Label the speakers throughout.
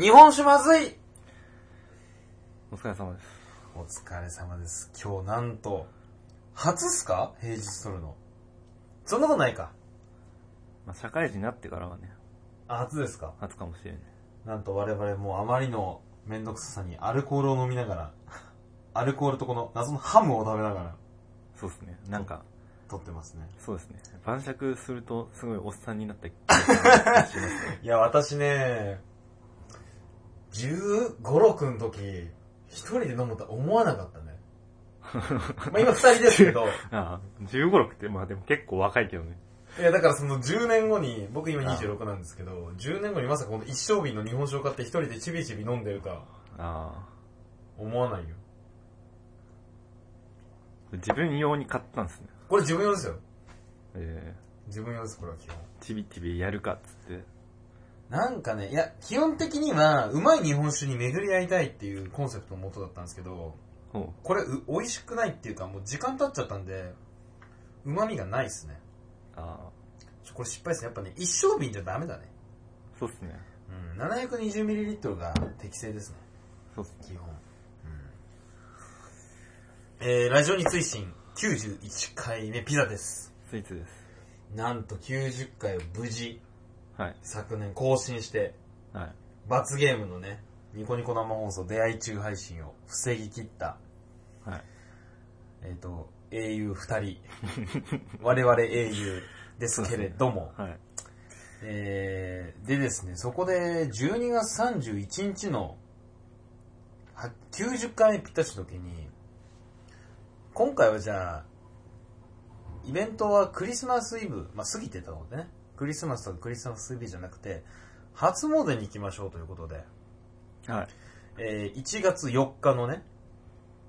Speaker 1: 日本酒まずい
Speaker 2: お疲れ様です。
Speaker 1: お疲れ様です。今日なんと、初っすか平日撮るの。そんなことないか。
Speaker 2: まあ、社会人になってからはね、
Speaker 1: あ、初ですか。
Speaker 2: 初かもしれない。
Speaker 1: なんと我々もうあまりのめんどくささにアルコールを飲みながら、アルコールとこの謎のハムを食べながら
Speaker 2: そうですね。なんか、
Speaker 1: 撮ってますね。
Speaker 2: そうですね。晩酌するとすごいおっさんになった気 がしますね
Speaker 1: いや、私ね、15、6の時、一人で飲むとは思わなかった ね。まあ今二人ですけど、
Speaker 2: ああ、15、6って、まあでも結構若いけどね。
Speaker 1: いや、だからその10年後に、僕今26なんですけど、10年後にまさかこの一生瓶の日本酒を買って一人でちびちび飲んでるとは
Speaker 2: あ
Speaker 1: 思わないよ。
Speaker 2: あ、自分用に買ったんですね。
Speaker 1: これ自分用ですよ。
Speaker 2: え
Speaker 1: 自分用です、これは基本。
Speaker 2: ー、ちびちびやるかっつって。
Speaker 1: なんかね、いや、基本的には、うまい日本酒に巡り合いたいっていうコンセプトのもとだったんですけど、
Speaker 2: ほ
Speaker 1: これう、美味しくないっていうか、もう時間経っちゃったんで、旨味がないですね。
Speaker 2: う。ああ、
Speaker 1: ちょこれ失敗ですね。やっぱね、一生瓶じゃダメだね。
Speaker 2: そうっすね。
Speaker 1: うん、720ml が適正ですね。
Speaker 2: そうっすね。
Speaker 1: 基本。えー、ラジオに推進91回目ピザです。
Speaker 2: スイーツです。
Speaker 1: なんと90回を無事、
Speaker 2: はい。
Speaker 1: 昨年更新して、
Speaker 2: はい。
Speaker 1: 罰ゲームのね、ニコニコ生放送出会い中配信を防ぎ切った、
Speaker 2: はい。
Speaker 1: えっ、と、英雄二人、我々英雄ですけれども、
Speaker 2: はい。
Speaker 1: えー、でですね、そこで12月31日のは90回目ぴったしの時に、今回はじゃあ、イベントはクリスマスイブ、まあ、過ぎてたのでね、クリスマスとかクリスマスイブじゃなくて、初詣に行きましょうということで、
Speaker 2: はい。
Speaker 1: えー1月4日のね、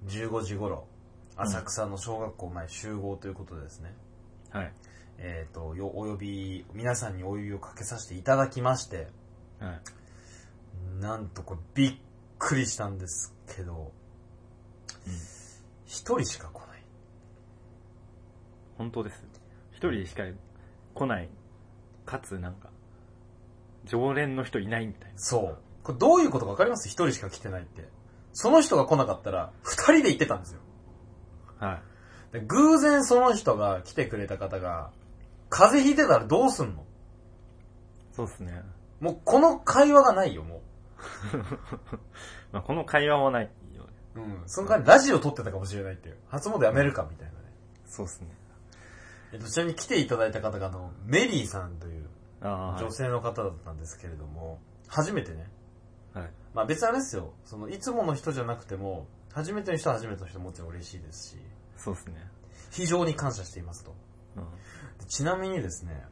Speaker 1: 15時頃、浅草の小学校前集合ということでですね、
Speaker 2: はい。
Speaker 1: えっ、と、よ、お呼び、皆さんにお呼びをかけさせていただきまして、
Speaker 2: はい。
Speaker 1: なんとこれびっくりしたんですけど、
Speaker 2: うん
Speaker 1: 一、人しか来ない。
Speaker 2: 本当です。一人しか来ない。かつ、なんか、常連の人いないみたいな。
Speaker 1: そう。これどういうことかわかります一人しか来てないって。その人が来なかったら、二人で行ってたんですよ。
Speaker 2: はい。
Speaker 1: で偶然その人が来てくれた方が、風邪ひいてたらどうすんの
Speaker 2: そうですね。
Speaker 1: もうこの会話がないよ、も
Speaker 2: まあ、この会話はないよね。
Speaker 1: う。うん。その間にラジオ撮ってたかもしれないっていう。初詣やめるか、みたいなね。
Speaker 2: そうですね。
Speaker 1: えっと、ちなみに来ていただいた方が、あの、メリーさんという
Speaker 2: ああ、
Speaker 1: 女性の方だったんですけれども、初めてね、
Speaker 2: はい。
Speaker 1: まあ別にあれですよ、そのいつもの人じゃなくても、初めての人は初めての人もちろん嬉しいですし、
Speaker 2: そうですね。
Speaker 1: 非常に感謝していますと。
Speaker 2: うん。
Speaker 1: でちなみにですね、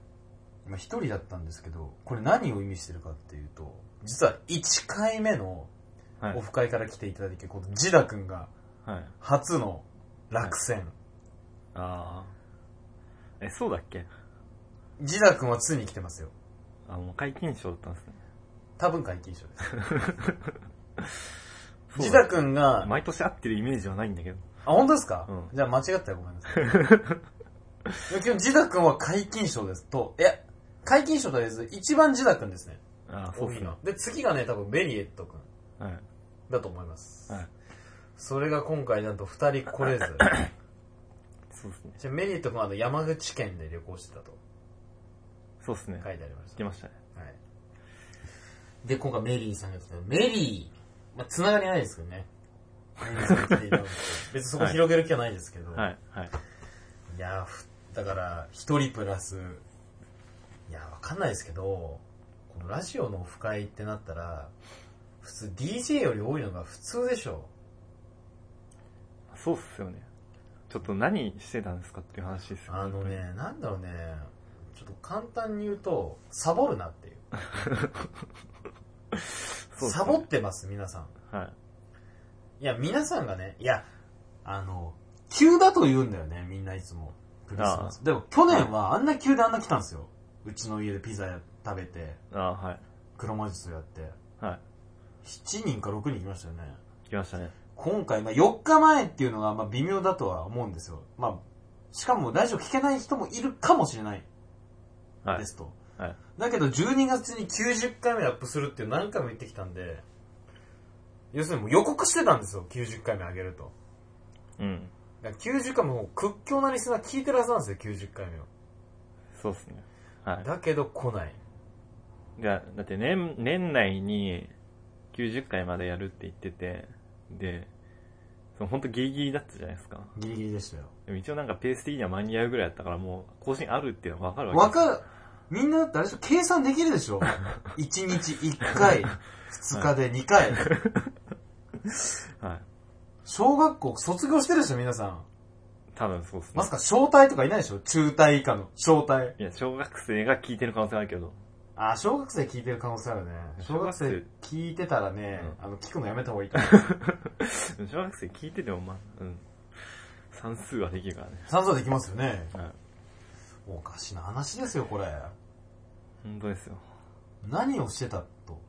Speaker 1: まあ一人だったんですけど、これ何を意味してるかっていうと、実は1回目の
Speaker 2: はい
Speaker 1: オ。フ会から来ていただいて、このジダ君が
Speaker 2: はい。
Speaker 1: 初の落選。
Speaker 2: ああ。え、そうだっけ
Speaker 1: ジダ君は2に来てますよ。
Speaker 2: あ、もう解禁賞だったんですね。
Speaker 1: 多分皆勤賞です。
Speaker 2: そう
Speaker 1: ジ
Speaker 2: だ
Speaker 1: ダ君が、あ、
Speaker 2: 毎年会ってるイメージはないんだけど。
Speaker 1: 本当ですか、
Speaker 2: うん
Speaker 1: じゃあ間違ったらごめんなさい。いや今日ジダ君は皆勤賞ですと、いや、皆勤賞とりあえず一番ジダ君ですね。
Speaker 2: ああ、そうっすね。は
Speaker 1: で、次がね、多分ベリエット君
Speaker 2: い。
Speaker 1: だと思います。
Speaker 2: はい。
Speaker 1: それが今回なんと二人来れず。
Speaker 2: そうっすね。
Speaker 1: じゃあメリエット君はあの山口県で旅行してたと
Speaker 2: そうっすね。
Speaker 1: 書いてありまし
Speaker 2: 聞
Speaker 1: た。
Speaker 2: き
Speaker 1: は
Speaker 2: ましたね。
Speaker 1: い。で、今回メリーさんが来て、メリー、まあ、繋がりないですけどね。メリーさんが来ていたんですけど別にそこ広げる気はないですけど。
Speaker 2: はい。はい。
Speaker 1: いやーふだから、一人プラス、いやーわかんないですけど、このラジオのオフ会ってなったら、普通 DJ より多いのが普通でしょ。
Speaker 2: そうっすよね。ちょっと何してたんですかっていう話ですよ
Speaker 1: あの。ね、なんだろうね、ちょっと簡単に言うと、サボるなっていう。
Speaker 2: そうっす
Speaker 1: サ
Speaker 2: ね
Speaker 1: ボってます、皆さん。
Speaker 2: はい。
Speaker 1: いや、皆さんがね、いや、あの、急だと言うんだよね、みんないつも。クリスマス。でも去年はあんな急であんな来たんですよ。うちの家でピザや食べて、
Speaker 2: ああ、はい。
Speaker 1: 黒魔術やって。
Speaker 2: は
Speaker 1: 7人か6人来ましたよね。
Speaker 2: い。来ましたね。
Speaker 1: 今回、まあ、4日前っていうのが、まあ、微妙だとは思うんですよ。まあ、しかも、ラジオ聞けない人もいるかもしれない
Speaker 2: はい
Speaker 1: で。すと。
Speaker 2: はい。
Speaker 1: だけど12月に90回目アップするって何回も言ってきたんで、要するにもう予告してたんですよ、90回目上げると。
Speaker 2: うん。
Speaker 1: だから90回目もう屈強なリスナー聞いてるはずなんですよ、90回目を。
Speaker 2: そうっすね。はい。
Speaker 1: だけど来ない。
Speaker 2: じゃあだって年、年内に90回までやるって言ってて、で、その本当ギリギリだったじゃないですか。
Speaker 1: ギリギリでしたよ。
Speaker 2: でも一応なんかペース的には間に合うぐらいだったからもう更新あるっていうのは分かるわけ
Speaker 1: わかる、みんなだってあれでしょ、計算できるでしょ ?1 日1回、2日で2回。
Speaker 2: はい。
Speaker 1: 小学校卒業してるでしょ、皆さん。
Speaker 2: 多分そうっすね。
Speaker 1: まさか小隊とかいないでしょ中隊以下の。小隊。
Speaker 2: いや、小学生が聞いてる可能性はあるけど。
Speaker 1: あ、小学生聞いてる可能性あるね。小
Speaker 2: 小
Speaker 1: 学
Speaker 2: 学生
Speaker 1: 生聞いてたらね、あの、聞くのやめた方がいい から。
Speaker 2: 小学生聞いててもまあ、うん。算数はできるからね。
Speaker 1: 算数できますよね。
Speaker 2: はい。
Speaker 1: おかしな話ですよ、これ。
Speaker 2: 本当ですよ。
Speaker 1: 何をしてたと。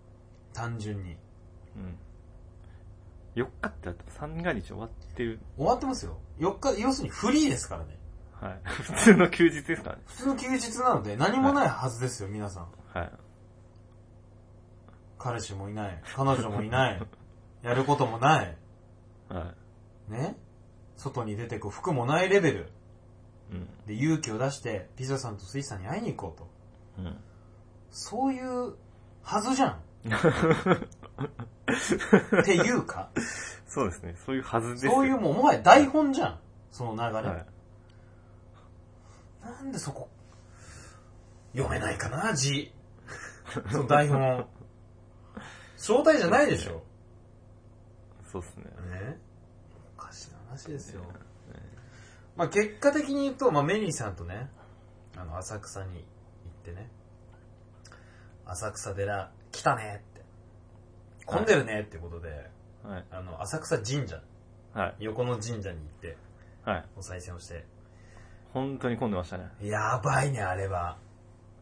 Speaker 1: 単純に。
Speaker 2: うん。4日ってだと三が日終わってる。
Speaker 1: 終わってますよ。4日、要するにフリーですからね。
Speaker 2: はい。 普通の休日ですからね。
Speaker 1: 普通の休日なので何もないはずですよ、皆さん。
Speaker 2: はい。
Speaker 1: 彼氏もいない。彼女もいない。 やることもない。
Speaker 2: は
Speaker 1: ね外に出てく服もないレベル。
Speaker 2: い。うん。
Speaker 1: で、勇気を出して、ピザさんとスイさんに会いに行こうと。
Speaker 2: うん。
Speaker 1: そういうはずじ ゃん。っていうか、
Speaker 2: そうですね。そういうはずですよ。
Speaker 1: そういうもうもはや台本じゃん。その流れ。
Speaker 2: はい。
Speaker 1: なんでそこ、読めないかな、字。その台本。正体じゃないでしょ。
Speaker 2: そうですね。
Speaker 1: ねおかしな話ですよ。まあ結果的に言うと、まあメリーさんとね、あの、浅草に行ってね、浅草寺来たねって、混んでるねってことで、
Speaker 2: はい。
Speaker 1: あの、浅草神社、
Speaker 2: はい。
Speaker 1: 横の神社に行って、
Speaker 2: はい。
Speaker 1: お賽銭をして、
Speaker 2: 本当に混んでましたね。
Speaker 1: やばいね、あれは。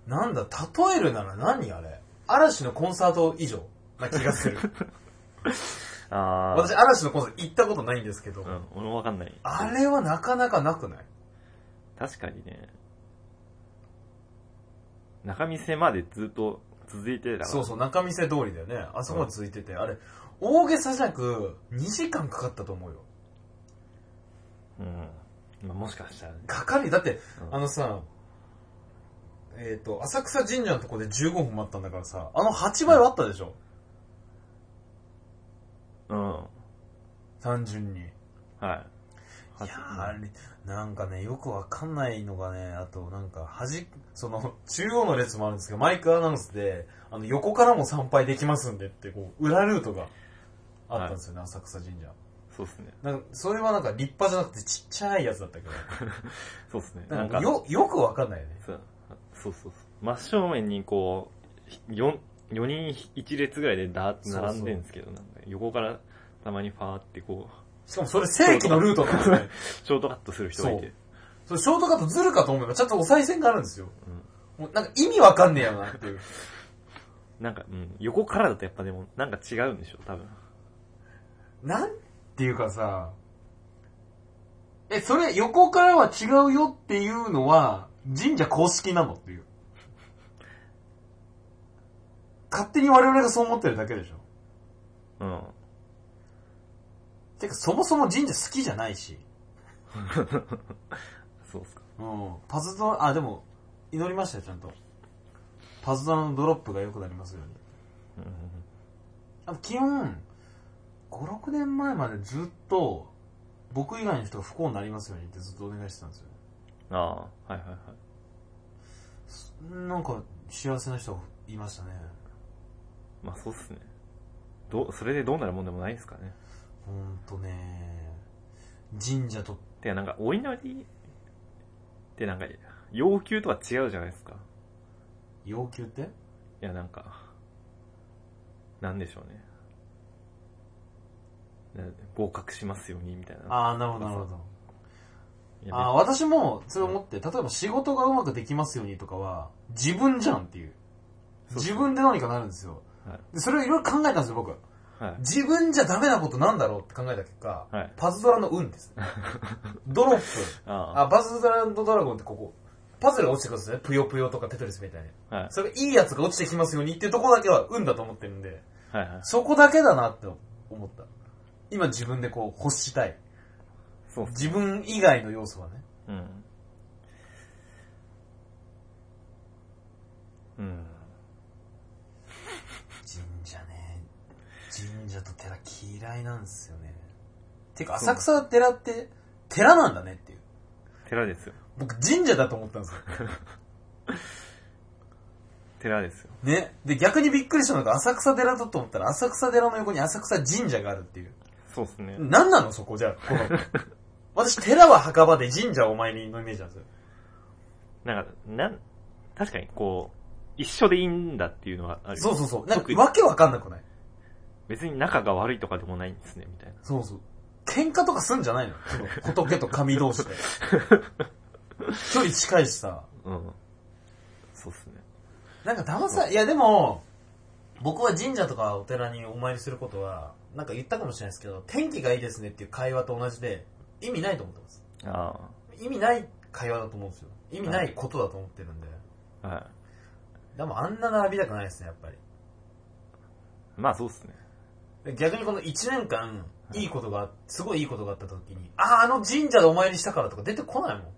Speaker 1: なんだ、例えるなら何あれ嵐のコンサート以上な気がす る。
Speaker 2: あー。
Speaker 1: 私、嵐のコンサート行ったことないんですけど、
Speaker 2: うん。俺もわかんない。
Speaker 1: あれはなかなかなくない
Speaker 2: 確かにね。中見せまでずっと続いてたから。
Speaker 1: そうそう、中見世通りだよね。あそこまで続いてて、あれ、大げさじゃなく、2時間かかったと思うよ。
Speaker 2: う。うん。まあ、もしかしたらね。
Speaker 1: かかり、だって、
Speaker 2: うん
Speaker 1: あのさ、えっ、と、浅草神社のとこで15分待ったんだからさ、あの8倍はあったでしょ
Speaker 2: うん。
Speaker 1: 単純に。い
Speaker 2: はい。
Speaker 1: やーあれ、なんかね、よくわかんないのがね、あと、なんか、端、その、中央の列もあるんですけど、マイクアナウンスで、あの、横からも参拝できますんでって、こう、裏ルートがあったんですよね、浅草神社。
Speaker 2: そうですね。
Speaker 1: なんか、それはなんか立派じゃなくてちっちゃいやつだったけど。
Speaker 2: そうですね。
Speaker 1: な
Speaker 2: なんん
Speaker 1: か
Speaker 2: か、
Speaker 1: よ、よくわかんないよね。
Speaker 2: そうそうそうそう。真正面にこう、4、四人一列ぐらいでダーって並んでるんですけど、なんか横からたまにファーってこう、
Speaker 1: しかもそれ正規のルートなんですね。
Speaker 2: ショートカットする人がいて。
Speaker 1: それショートカットずるかと思えばちゃんとお賽銭があるんですよ。
Speaker 2: うん
Speaker 1: もうなんか意味わかんねえよなっていう。
Speaker 2: なんか、うん、横からだとやっぱでも、なんか違うんでしょ、多分。
Speaker 1: なんていうかさ、え、それ横からは違うよっていうのは神社公式なのっていう。勝手に我々がそう思ってるだけでしょ。
Speaker 2: うん。
Speaker 1: てかそもそも神社好きじゃないし。
Speaker 2: そうっすか。
Speaker 1: うん。パズドラ、あ、でも、祈りましたよ、ちゃんと。パズドラのドロップが良くなりますように。
Speaker 2: うんうんうん
Speaker 1: あと基本、5、6年前までずっと、僕以外の人が不幸になりますようにってずっとお願いしてたんですよね。
Speaker 2: ああ、はいはいはい。
Speaker 1: すなんか、幸せな人がいましたね。
Speaker 2: まあそうっすね。どう、それでどうなるもんでもないですかね。
Speaker 1: ほんとね。神社と、
Speaker 2: てかなんか、お祈りってなんか、要求とは違うじゃないですか。
Speaker 1: 要求って
Speaker 2: いや、なんか、なんでしょうね。な合格しますように、みたいな。
Speaker 1: ああ、なるほど、なるほど。
Speaker 2: いや
Speaker 1: ああ、私も、それ思って、例えば仕事がうまくできますようにとかは、自分じゃんっていう。
Speaker 2: そうそう
Speaker 1: 自分でどうにかなるんですよ。
Speaker 2: はい
Speaker 1: でそれをいろいろ考えたんですよ、僕。
Speaker 2: はい。
Speaker 1: 自分じゃダメなことなんだろうって考えた結果、
Speaker 2: はい。
Speaker 1: パズドラの運です。ドロップ。
Speaker 2: ああ。
Speaker 1: あ、パズドラのドラゴンってここ、パズルが落ちてくるんですね。ぷよぷよとかテトリスみたいに。
Speaker 2: はい。
Speaker 1: それがいいやつが落ちてきますようにっていうところだけは運だと思ってるんで、
Speaker 2: はいはい。
Speaker 1: そこだけだなって思った。今自分でこう欲したい。
Speaker 2: そうっす。
Speaker 1: 自分以外の要素はね。
Speaker 2: うん。うん。
Speaker 1: 神社ね。神社と寺嫌いなんですよね。てか、浅草寺って寺なんだねっていう。
Speaker 2: 寺ですよ。
Speaker 1: 僕神社だと思ったんですよ。
Speaker 2: 寺ですよ。
Speaker 1: ね。で、逆にびっくりしたのが浅草寺だと思ったら浅草寺の横に浅草神社があるっていう。
Speaker 2: そうっすね。
Speaker 1: 何なのそこじゃあ。この 私、寺は墓場で神社はお参りのイメージなんですよ。
Speaker 2: なんか、なん、確かにこう、一緒でいいんだっていうのはある。
Speaker 1: そうそうそう。なん
Speaker 2: 特
Speaker 1: か、
Speaker 2: に
Speaker 1: わけわかんなくない
Speaker 2: 別に仲が悪いとかでもないんですね、みたいな。
Speaker 1: そうそう。喧嘩とかすんじゃないのその仏と神同 士で。距離近いしさ。
Speaker 2: うん。そうっすね。
Speaker 1: なんか騙さ、いやでも、僕は神社とかお寺にお参りすることは、なんか言ったかもしれないですけど、天気がいいですねっていう会話と同じで、意味ないと思ってます。
Speaker 2: あ
Speaker 1: 意味ない会話だと思うんですよ。意味ないことだと思ってるんで。
Speaker 2: あ。は
Speaker 1: でもあんな並びたくないですね、やっぱり。
Speaker 2: い。まあそうっすね。
Speaker 1: で逆にこの1年間、いいことが、すごいいいことがあった時に、ああ、あの神社でお参りしたからとか出てこないもん。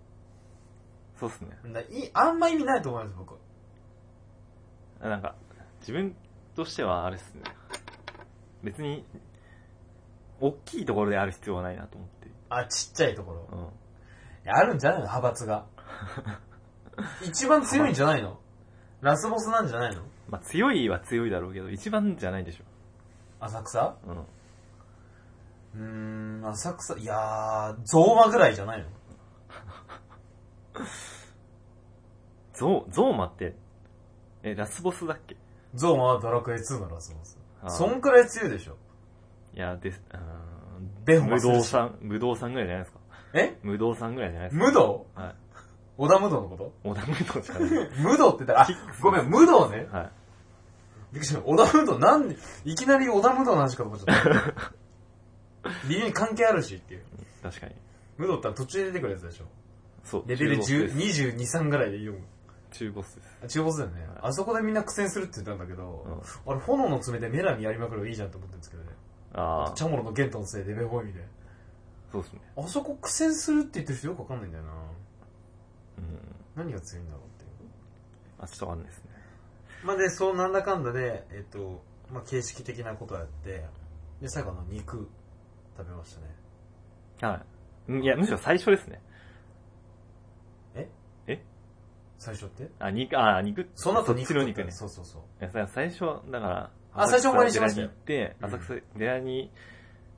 Speaker 2: そうっすね。
Speaker 1: だいいあんま意味ないと思います、僕。
Speaker 2: なんか、自分としてはあれっすね。別に、大きいところである必要はないなと思って。
Speaker 1: あ、ちっちゃいところ。
Speaker 2: うん。
Speaker 1: いやあるんじゃないの派閥が。 一番強いんじゃないのラスボスなんじゃないの
Speaker 2: まあ強いは強いだろうけど、一番じゃないでしょ。
Speaker 1: 浅草
Speaker 2: うん。
Speaker 1: うーん、浅草、いやー、ゾーマぐらいじゃないの
Speaker 2: ゾウ、ゾウマって、え、ラスボスだっけ
Speaker 1: ゾーマはドラクエ2のラスボス。
Speaker 2: あー
Speaker 1: そんくらい強いでしょ。
Speaker 2: いや、です、うーん。
Speaker 1: ベホマ
Speaker 2: 無
Speaker 1: する
Speaker 2: 道
Speaker 1: し
Speaker 2: さん、無道さんぐらいじゃないですか。
Speaker 1: え
Speaker 2: 無道さんぐらいじゃないです
Speaker 1: 無道
Speaker 2: か。はい。
Speaker 1: 織田無道の こと
Speaker 2: 織田無道しかない。
Speaker 1: 無道って言ったら、 あ
Speaker 2: キック、ス
Speaker 1: ごめん、無道ね。
Speaker 2: はい。
Speaker 1: びっくりした。織田無道、なんで、いきなり織田無道の話かと思っちゃった。 理由に関係あるしっていう。
Speaker 2: 確かに。
Speaker 1: 無道ってのは途中で出てくるやつでしょ。
Speaker 2: そう。
Speaker 1: レベル
Speaker 2: 中ボスで
Speaker 1: 10
Speaker 2: す
Speaker 1: 22、3ぐらいで読む。
Speaker 2: 中ボスです。
Speaker 1: あ中ボスだよね、あそこでみんな苦戦するって言ったんだけど、あれ、炎の爪でメラミやりまくればいいじゃんと思ってるんですけどね。
Speaker 2: ああ
Speaker 1: チ、ャモロのゲントのせいでベホイミで。
Speaker 2: そうですね。
Speaker 1: あそこ苦戦するって言ってる人よくわかんないんだよな。
Speaker 2: うん。
Speaker 1: 何が強いんだろうっていう。
Speaker 2: あ、ちょっとわかんないですね。
Speaker 1: まあ、で、そうなんだかんだで、えっと、まあ、形式的なことをやって、で、最後あの肉食べましたね。
Speaker 2: はいん。いや、むしろ最初ですね。
Speaker 1: 最初って
Speaker 2: あ、肉、あ、肉、
Speaker 1: その後
Speaker 2: そっ
Speaker 1: 肉
Speaker 2: ちの肉ね。
Speaker 1: そうそうそう。
Speaker 2: いやさ最初、だから、
Speaker 1: あ最初お参りしました
Speaker 2: 浅
Speaker 1: よ
Speaker 2: 草寺に行って、
Speaker 1: うん
Speaker 2: 浅草寺に、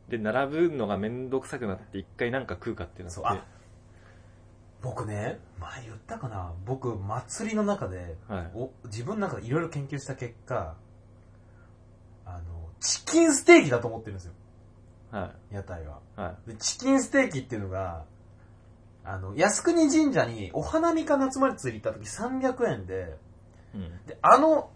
Speaker 2: で、並ぶのがめんどくさくなって、一回なんか食うかってなって
Speaker 1: そう、あ、僕ね、前言ったかな僕、祭りの中で、
Speaker 2: はい。
Speaker 1: お自分の中でいろいろ研究した結果、あの、チキンステーキだと思ってるんですよ、
Speaker 2: は
Speaker 1: 屋台は。
Speaker 2: い。はい。
Speaker 1: でチキンステーキっていうのが、あの、靖国神社にお花見か夏祭り行った時300円で、
Speaker 2: うん。
Speaker 1: で、あの、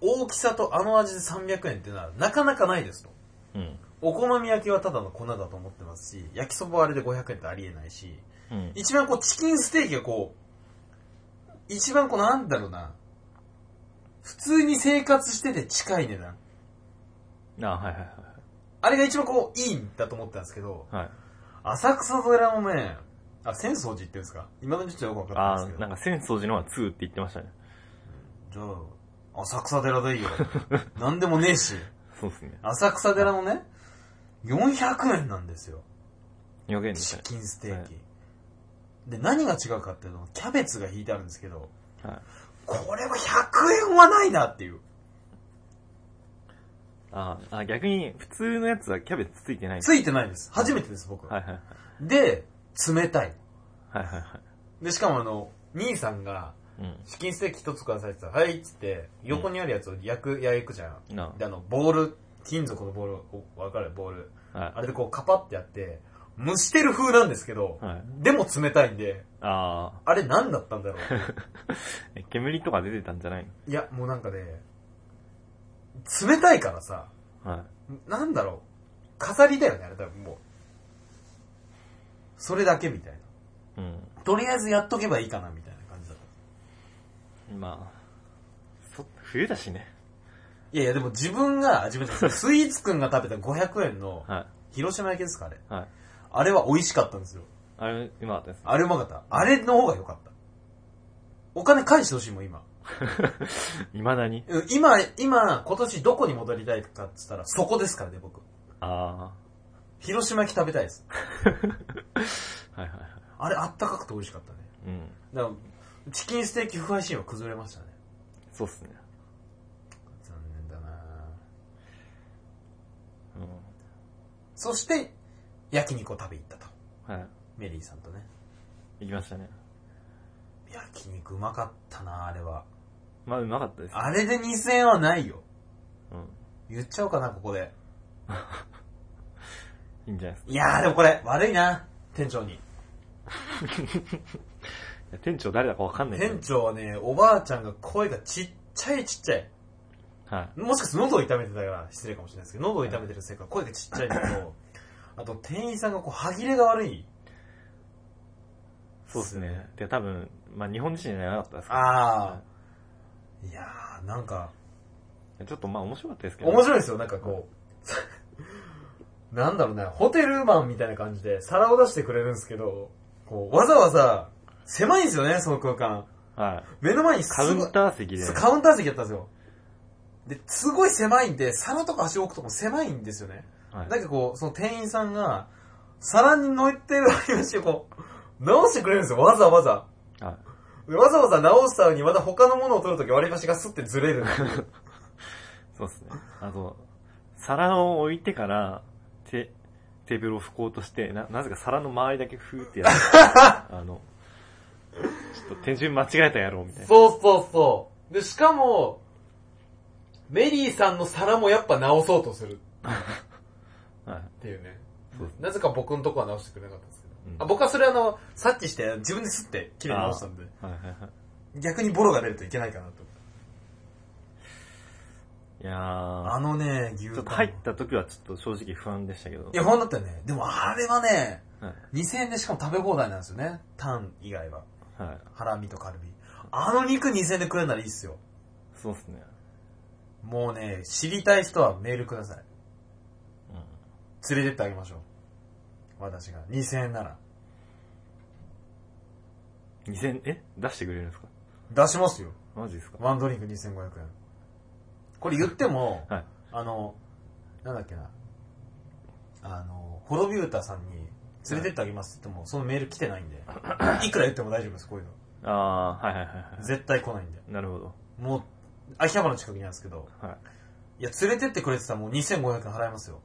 Speaker 1: 大きさとあの味で300円っていうのはなかなかないですと。
Speaker 2: うん。
Speaker 1: お好み焼きはただの粉だと思ってますし、焼きそばはあれで500円ってありえないし、
Speaker 2: うん。
Speaker 1: 一番こうチキンステーキがこう、一番こうなんだろうな、普通に生活してて近い値段。
Speaker 2: あ、はいはい
Speaker 1: あれが一番こういいんだと思ったんですけど、
Speaker 2: はい。はい。
Speaker 1: 浅草寺もね、あ、浅草寺って言うんですか今の時点よくわかった
Speaker 2: あ
Speaker 1: んないですけ
Speaker 2: な
Speaker 1: ど
Speaker 2: ん。か浅草寺のは2って言ってましたね。
Speaker 1: じゃあ、浅草寺でいいよ。なんでもねえし。
Speaker 2: そうですね。
Speaker 1: 浅草寺もね、400円なんですよ。
Speaker 2: 予言でし
Speaker 1: チ
Speaker 2: た
Speaker 1: キンステーキ
Speaker 2: は。
Speaker 1: で、何が違うかっていうと、キャベツが引いてあるんですけど、
Speaker 2: ね。はい。
Speaker 1: これは100円はないなっていう。
Speaker 2: ああ、逆に、普通のやつはキャベツついてない。
Speaker 1: ついてないです。初めてです、僕。
Speaker 2: はいはいはい。
Speaker 1: で、冷たい。
Speaker 2: はいはいはい。
Speaker 1: で、しかもあの、兄さんが、
Speaker 2: うん。
Speaker 1: チキンステーキ一つくださいって言ったら、はいっつって、横にあるやつを焼く、焼くじゃん。
Speaker 2: な
Speaker 1: で、あの、ボール、金属のボール、おわかるボール。
Speaker 2: あ。はい
Speaker 1: あ。れでこうカパってやって、蒸してる風なんですけど、
Speaker 2: はい
Speaker 1: でも冷たいんで、
Speaker 2: ああ。
Speaker 1: あれ何だったんだろう。
Speaker 2: え煙とか出てたんじゃない
Speaker 1: いや、もうなんかね、冷たいからさ、
Speaker 2: のはい。
Speaker 1: なんだろう。飾りだよね、あれ多分もう。それだけみたいな。
Speaker 2: う
Speaker 1: とりあえずやっとけばいいかなみたいな感じだった。
Speaker 2: ん。まあ、そ、冬だしね。
Speaker 1: いやいや、でも自分が、自分じゃないスイーツくんが食べた500円の
Speaker 2: は
Speaker 1: 広島焼きですか、あれ。
Speaker 2: い。はい。
Speaker 1: あれは美味しかったんですよ。
Speaker 2: あれ、うまかったですね。
Speaker 1: あれうまかった。あれの方が良かった。お金返してほしいもん、今。
Speaker 2: いまだに。
Speaker 1: うん今、今、今年どこに戻りたいかって言ったら、そこですからね、僕。
Speaker 2: あ
Speaker 1: 広島焼き食べたいです。
Speaker 2: あ。はいはいはい。
Speaker 1: あれあったかくて美味しかったね。
Speaker 2: うん。
Speaker 1: だから、チキンステーキ不敗神は崩れましたね。
Speaker 2: そうっすね。
Speaker 1: 残念だな
Speaker 2: う
Speaker 1: そして、焼肉を食べ行ったと。
Speaker 2: ん。はい。
Speaker 1: メリーさんとね。
Speaker 2: 行きましたね。
Speaker 1: 焼肉うまかったなあれは。
Speaker 2: まあ、うまかったです。
Speaker 1: あれで2000円はないよ。
Speaker 2: うん。
Speaker 1: 言っちゃおうかな、ここで。
Speaker 2: いいんじゃないですか。
Speaker 1: いやーでもこれ、悪いな店長に。
Speaker 2: いや店長誰だかわかんないけど
Speaker 1: 店長はね、おばあちゃんが声がちっちゃいちっちゃい。
Speaker 2: はい。
Speaker 1: もしかして喉を痛めてたから失礼かもしれないですけど、喉を痛めてるせいか声がちっちゃいのと、あと店員さんがこう歯切れが悪い。
Speaker 2: そうですね。。で、多分、まあ、日本人じゃなかったですから
Speaker 1: ああ。いやー、なんか、
Speaker 2: ちょっとまあ面白かったですけど、
Speaker 1: 面白いですよ、なんかこう。 なんだろうな、ホテルマンみたいな感じで皿を出してくれるんですけど、こう、わざわざ、狭いんですよね、その空間。
Speaker 2: はい。
Speaker 1: 目の前にす
Speaker 2: カウンター席で
Speaker 1: そ。うカウンター席だったんですよ。で、すごい狭いんで、皿とか足置くとこも狭いんですよね。
Speaker 2: はい
Speaker 1: だけどこう、その店員さんが、皿に乗ってる割り箸をこう、直してくれるんですよ、わざわざ。
Speaker 2: はい
Speaker 1: でわざわざ直したのに、また他のものを取るとき割り箸がスッてずれる。
Speaker 2: そうですね。あと、皿を置いてから、テ、テーブルを拭こうとして、な、なぜか皿の周りだけふ ーってやる。あの、ちょっと手順間違えたやろうみたいな。
Speaker 1: そうそうそう。で、しかも、メリーさんの皿もやっぱ直そうとする
Speaker 2: はい。
Speaker 1: っていうね。
Speaker 2: そうですね。
Speaker 1: なぜか僕のとこは直してくれなかったんですけど。
Speaker 2: うん
Speaker 1: あ僕はそれあの、察知して、自分でスッて綺麗に直したんで。
Speaker 2: はいはいはい。
Speaker 1: 逆にボロが出るといけないかなと。
Speaker 2: いや
Speaker 1: あ
Speaker 2: ー、
Speaker 1: のね、牛
Speaker 2: ちょ
Speaker 1: タ
Speaker 2: っ
Speaker 1: ン。
Speaker 2: と入った時はちょっと正直不安でしたけど。
Speaker 1: いや、不安だったよね。でもあれはね、
Speaker 2: はい。
Speaker 1: 2000円でしかも食べ放題なんですよね。タン以外は。
Speaker 2: はい。
Speaker 1: ハラミとカルビ。あの肉2000円で食えるならいいっすよ。
Speaker 2: そうですね。
Speaker 1: もうね、知りたい人はメールください。
Speaker 2: うん。
Speaker 1: 連れてってあげましょう。私が。2000円なら。
Speaker 2: 2000、え出してくれるんですか
Speaker 1: 出しますよ。
Speaker 2: マジですか
Speaker 1: ワンドリンク2500円。これ言っても、
Speaker 2: はい
Speaker 1: あの、なんだっけな。あの、滅び歌さんに連れてってあげますって言っても、そのメール来てない んで。いくら言っても大丈夫です、こういうの。
Speaker 2: あー、はいはいはいは
Speaker 1: 絶対来ないんで。
Speaker 2: い。なるほど。
Speaker 1: もう、秋葉原の近くにあるんですけど、
Speaker 2: はい。
Speaker 1: いや、連れてってくれてたらもう2500円払いますよ。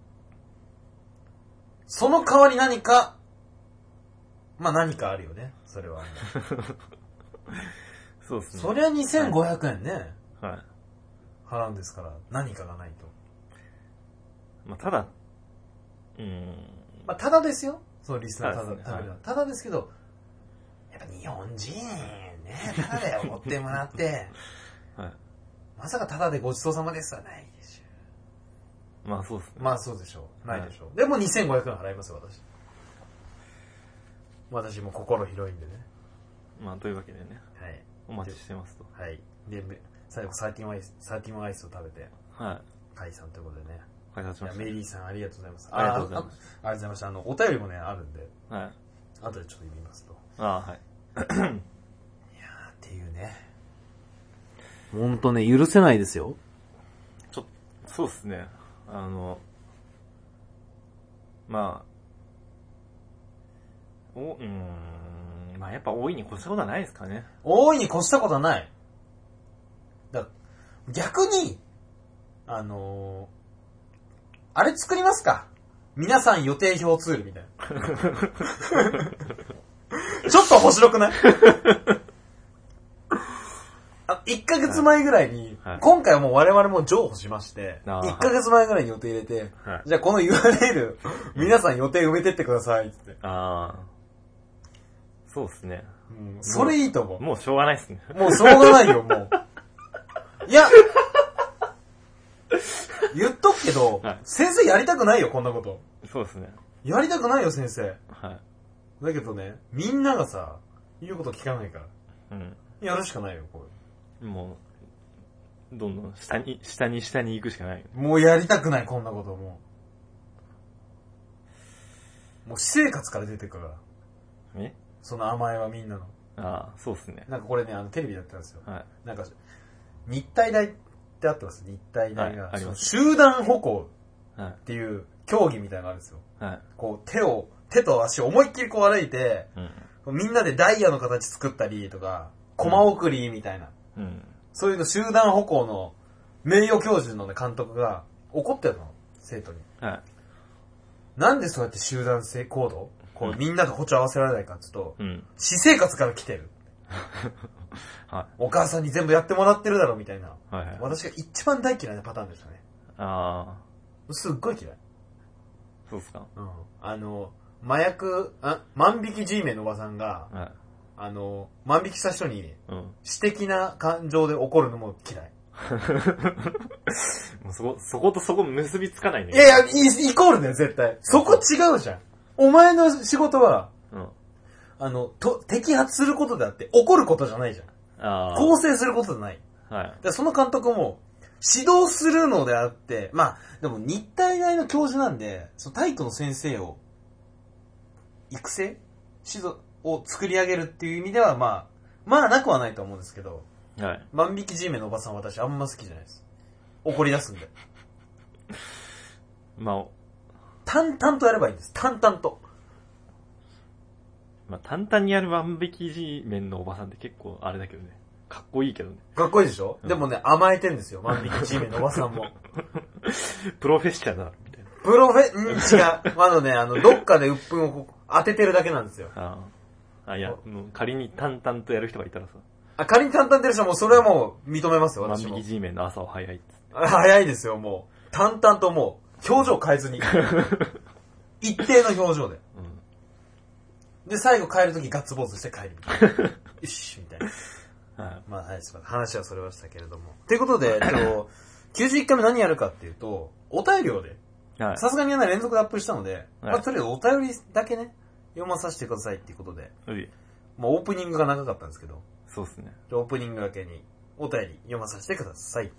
Speaker 1: その代わり何か、まあ何かあるよね、それは。
Speaker 2: そうですね。
Speaker 1: そりゃ2500円ね、
Speaker 2: はい。
Speaker 1: 払うんですから、何かがないと。
Speaker 2: まあ、ただ、うーん。
Speaker 1: まあ、ただですよ。そう、リスナーた
Speaker 2: そう
Speaker 1: だ、
Speaker 2: ですね
Speaker 1: ただ
Speaker 2: はい
Speaker 1: ただですけど、やっぱ日本人、ね、ただでおごってもらって、
Speaker 2: はい。
Speaker 1: まさかただでごちそうさまですはないでし
Speaker 2: まあ、そうです
Speaker 1: ょ。
Speaker 2: ね。
Speaker 1: まあそうでしょう。ないでしょう。でも2500円払いますよ、私。私も心広いんでね。
Speaker 2: まあ、というわけでね、
Speaker 1: はい。
Speaker 2: お待ちしてますと。
Speaker 1: はい。で、め最後、サーティワンアイス、サーティワンアイスを食べて、
Speaker 2: はい。
Speaker 1: 解散ということでね。
Speaker 2: 解散し
Speaker 1: い
Speaker 2: ま
Speaker 1: や、
Speaker 2: した。
Speaker 1: メリーさんありがとうございます。。
Speaker 2: ありがとうございます
Speaker 1: あありがとうございました。あの、お便りもね、あるんで、
Speaker 2: す。はい。
Speaker 1: 後でちょっと読みますと。
Speaker 2: ああ、はい。
Speaker 1: っていうね。ほんとね、許せないですよ。
Speaker 2: ちょっと、そうですね。あの、まあ、お、うーん、まあ、やっぱ大いに越したことはないですかね。
Speaker 1: 大いに越したことはない。だ逆に、あのーあれ作りますか皆さん予定表ツールみたい な。ちょっと面白くないあ ?1 ヶ月前ぐらいに、
Speaker 2: はい
Speaker 1: 今回はもう我々も譲歩しまして、
Speaker 2: あー
Speaker 1: 1ヶ月前ぐらいに予定入れて、
Speaker 2: はい。
Speaker 1: じゃあこの URL、皆さん予定埋めてってくださいって言って。
Speaker 2: ああ、そうですね。
Speaker 1: うんそれいいと思う。
Speaker 2: もうしょうがないですね。
Speaker 1: もうしょうがないよ、もう。いや、言っとくけど、
Speaker 2: はい
Speaker 1: 先生やりたくないよ、こんなこと。
Speaker 2: そうですね。
Speaker 1: やりたくないよ、先生。
Speaker 2: はい。
Speaker 1: だけどね、みんながさ、言うこと聞かないから。
Speaker 2: うん。
Speaker 1: やるしかないよ、こ
Speaker 2: もう、どんどん下に、下に下に行くしかないよね。
Speaker 1: れ。もうやりたくない、こんなこともう。もう私生活から出てくから。
Speaker 2: え
Speaker 1: その甘えはみんなの。
Speaker 2: ああ、そうっすね。
Speaker 1: なんかこれね、あの、テレビだったんですよ。
Speaker 2: は
Speaker 1: なんか、日体大ってあってます日体大が。
Speaker 2: はいあります
Speaker 1: その集団歩行
Speaker 2: い。は
Speaker 1: っていう競技みたいなのがあるんですよ。
Speaker 2: い。はい。
Speaker 1: こう、手を、手と足を思いっきりこう歩いて、
Speaker 2: うん。
Speaker 1: みんなでダイヤの形作ったりとか、コマ送りみたいな。
Speaker 2: うん。
Speaker 1: そういうの集団歩行の名誉教授のね、監督が怒ってたの、生徒に。
Speaker 2: は
Speaker 1: なんでそうやって集団性行動こ
Speaker 2: う
Speaker 1: うんみんなと歩調合わせられないかって言うと、
Speaker 2: い。うん。
Speaker 1: 私生活から来てる。
Speaker 2: は
Speaker 1: お母さんに全部やってもらってるだろみたいな。
Speaker 2: い。はいはい。
Speaker 1: 私が一番大嫌いなパターンでしたね。
Speaker 2: ああ、
Speaker 1: すっごい嫌い。
Speaker 2: そうっすか。
Speaker 1: うん。あの、麻薬、あ、万引き G 名のおばさんが、
Speaker 2: は
Speaker 1: あの、万引きした人に、
Speaker 2: い。うん。
Speaker 1: 私的な感情で怒るのも嫌い。
Speaker 2: もうそこ、そことそこ結びつかないね。
Speaker 1: いやいや、イイコールだよ、絶対。そこ違うじゃん。お前の仕事は、
Speaker 2: うん。
Speaker 1: あの、と、摘発することであって、怒ることじゃないじゃん。
Speaker 2: あ
Speaker 1: 構成することじゃない。
Speaker 2: あ。はい。
Speaker 1: で、その監督も、指導するのであって、まあ、でも日体大の教授なんで、その体育の先生を、育成指導を作り上げるっていう意味では、まあ、まあなくはないと思うんですけど、
Speaker 2: はい。
Speaker 1: 万引き G メのおばさんは私あんま好きじゃないです。怒り出すんで。
Speaker 2: まあ、お
Speaker 1: 淡々とやればいいんです。淡々と。
Speaker 2: まあ、淡々にやる万引き G 面のおばさんって結構あれだけどね。かっこいいけどね。
Speaker 1: かっこいいでしょ、
Speaker 2: うん
Speaker 1: でもね、甘えてるんですよ。万引き G メのおばさんも。
Speaker 2: プロフェッショナルみたいな。
Speaker 1: プロフェ、ん違う。あのね、あの、どっかで鬱憤をこう当ててるだけなんですよ。
Speaker 2: ああ。あ、いや、もう仮に淡々とやる人がいたらさ、
Speaker 1: あ、仮に淡々てる人はもうそれはもう認めますよ、
Speaker 2: 万
Speaker 1: 私
Speaker 2: 引
Speaker 1: も
Speaker 2: き。G 面の朝は早いっつって。
Speaker 1: あ早いですよ、もう。淡々ともう、表情変えず に。一定の表情で。
Speaker 2: うん。
Speaker 1: で、最後帰るときガッツポーズして帰る。 よし、みたいな。
Speaker 2: はい。
Speaker 1: まあ、はい、すいません話はそれましたけれども。ということで、えっと、91回目 何やるかっていうと、お便りをね、
Speaker 2: はい。
Speaker 1: さすがにね、連続でアップしたので、まあ、とりあえずお便りだけね、読まさせてくださいっていうことで、
Speaker 2: うい
Speaker 1: まあ、オープニングが長かったんですけど、
Speaker 2: そうっすね。
Speaker 1: じゃあオープニングだけにお便り読まさせてください。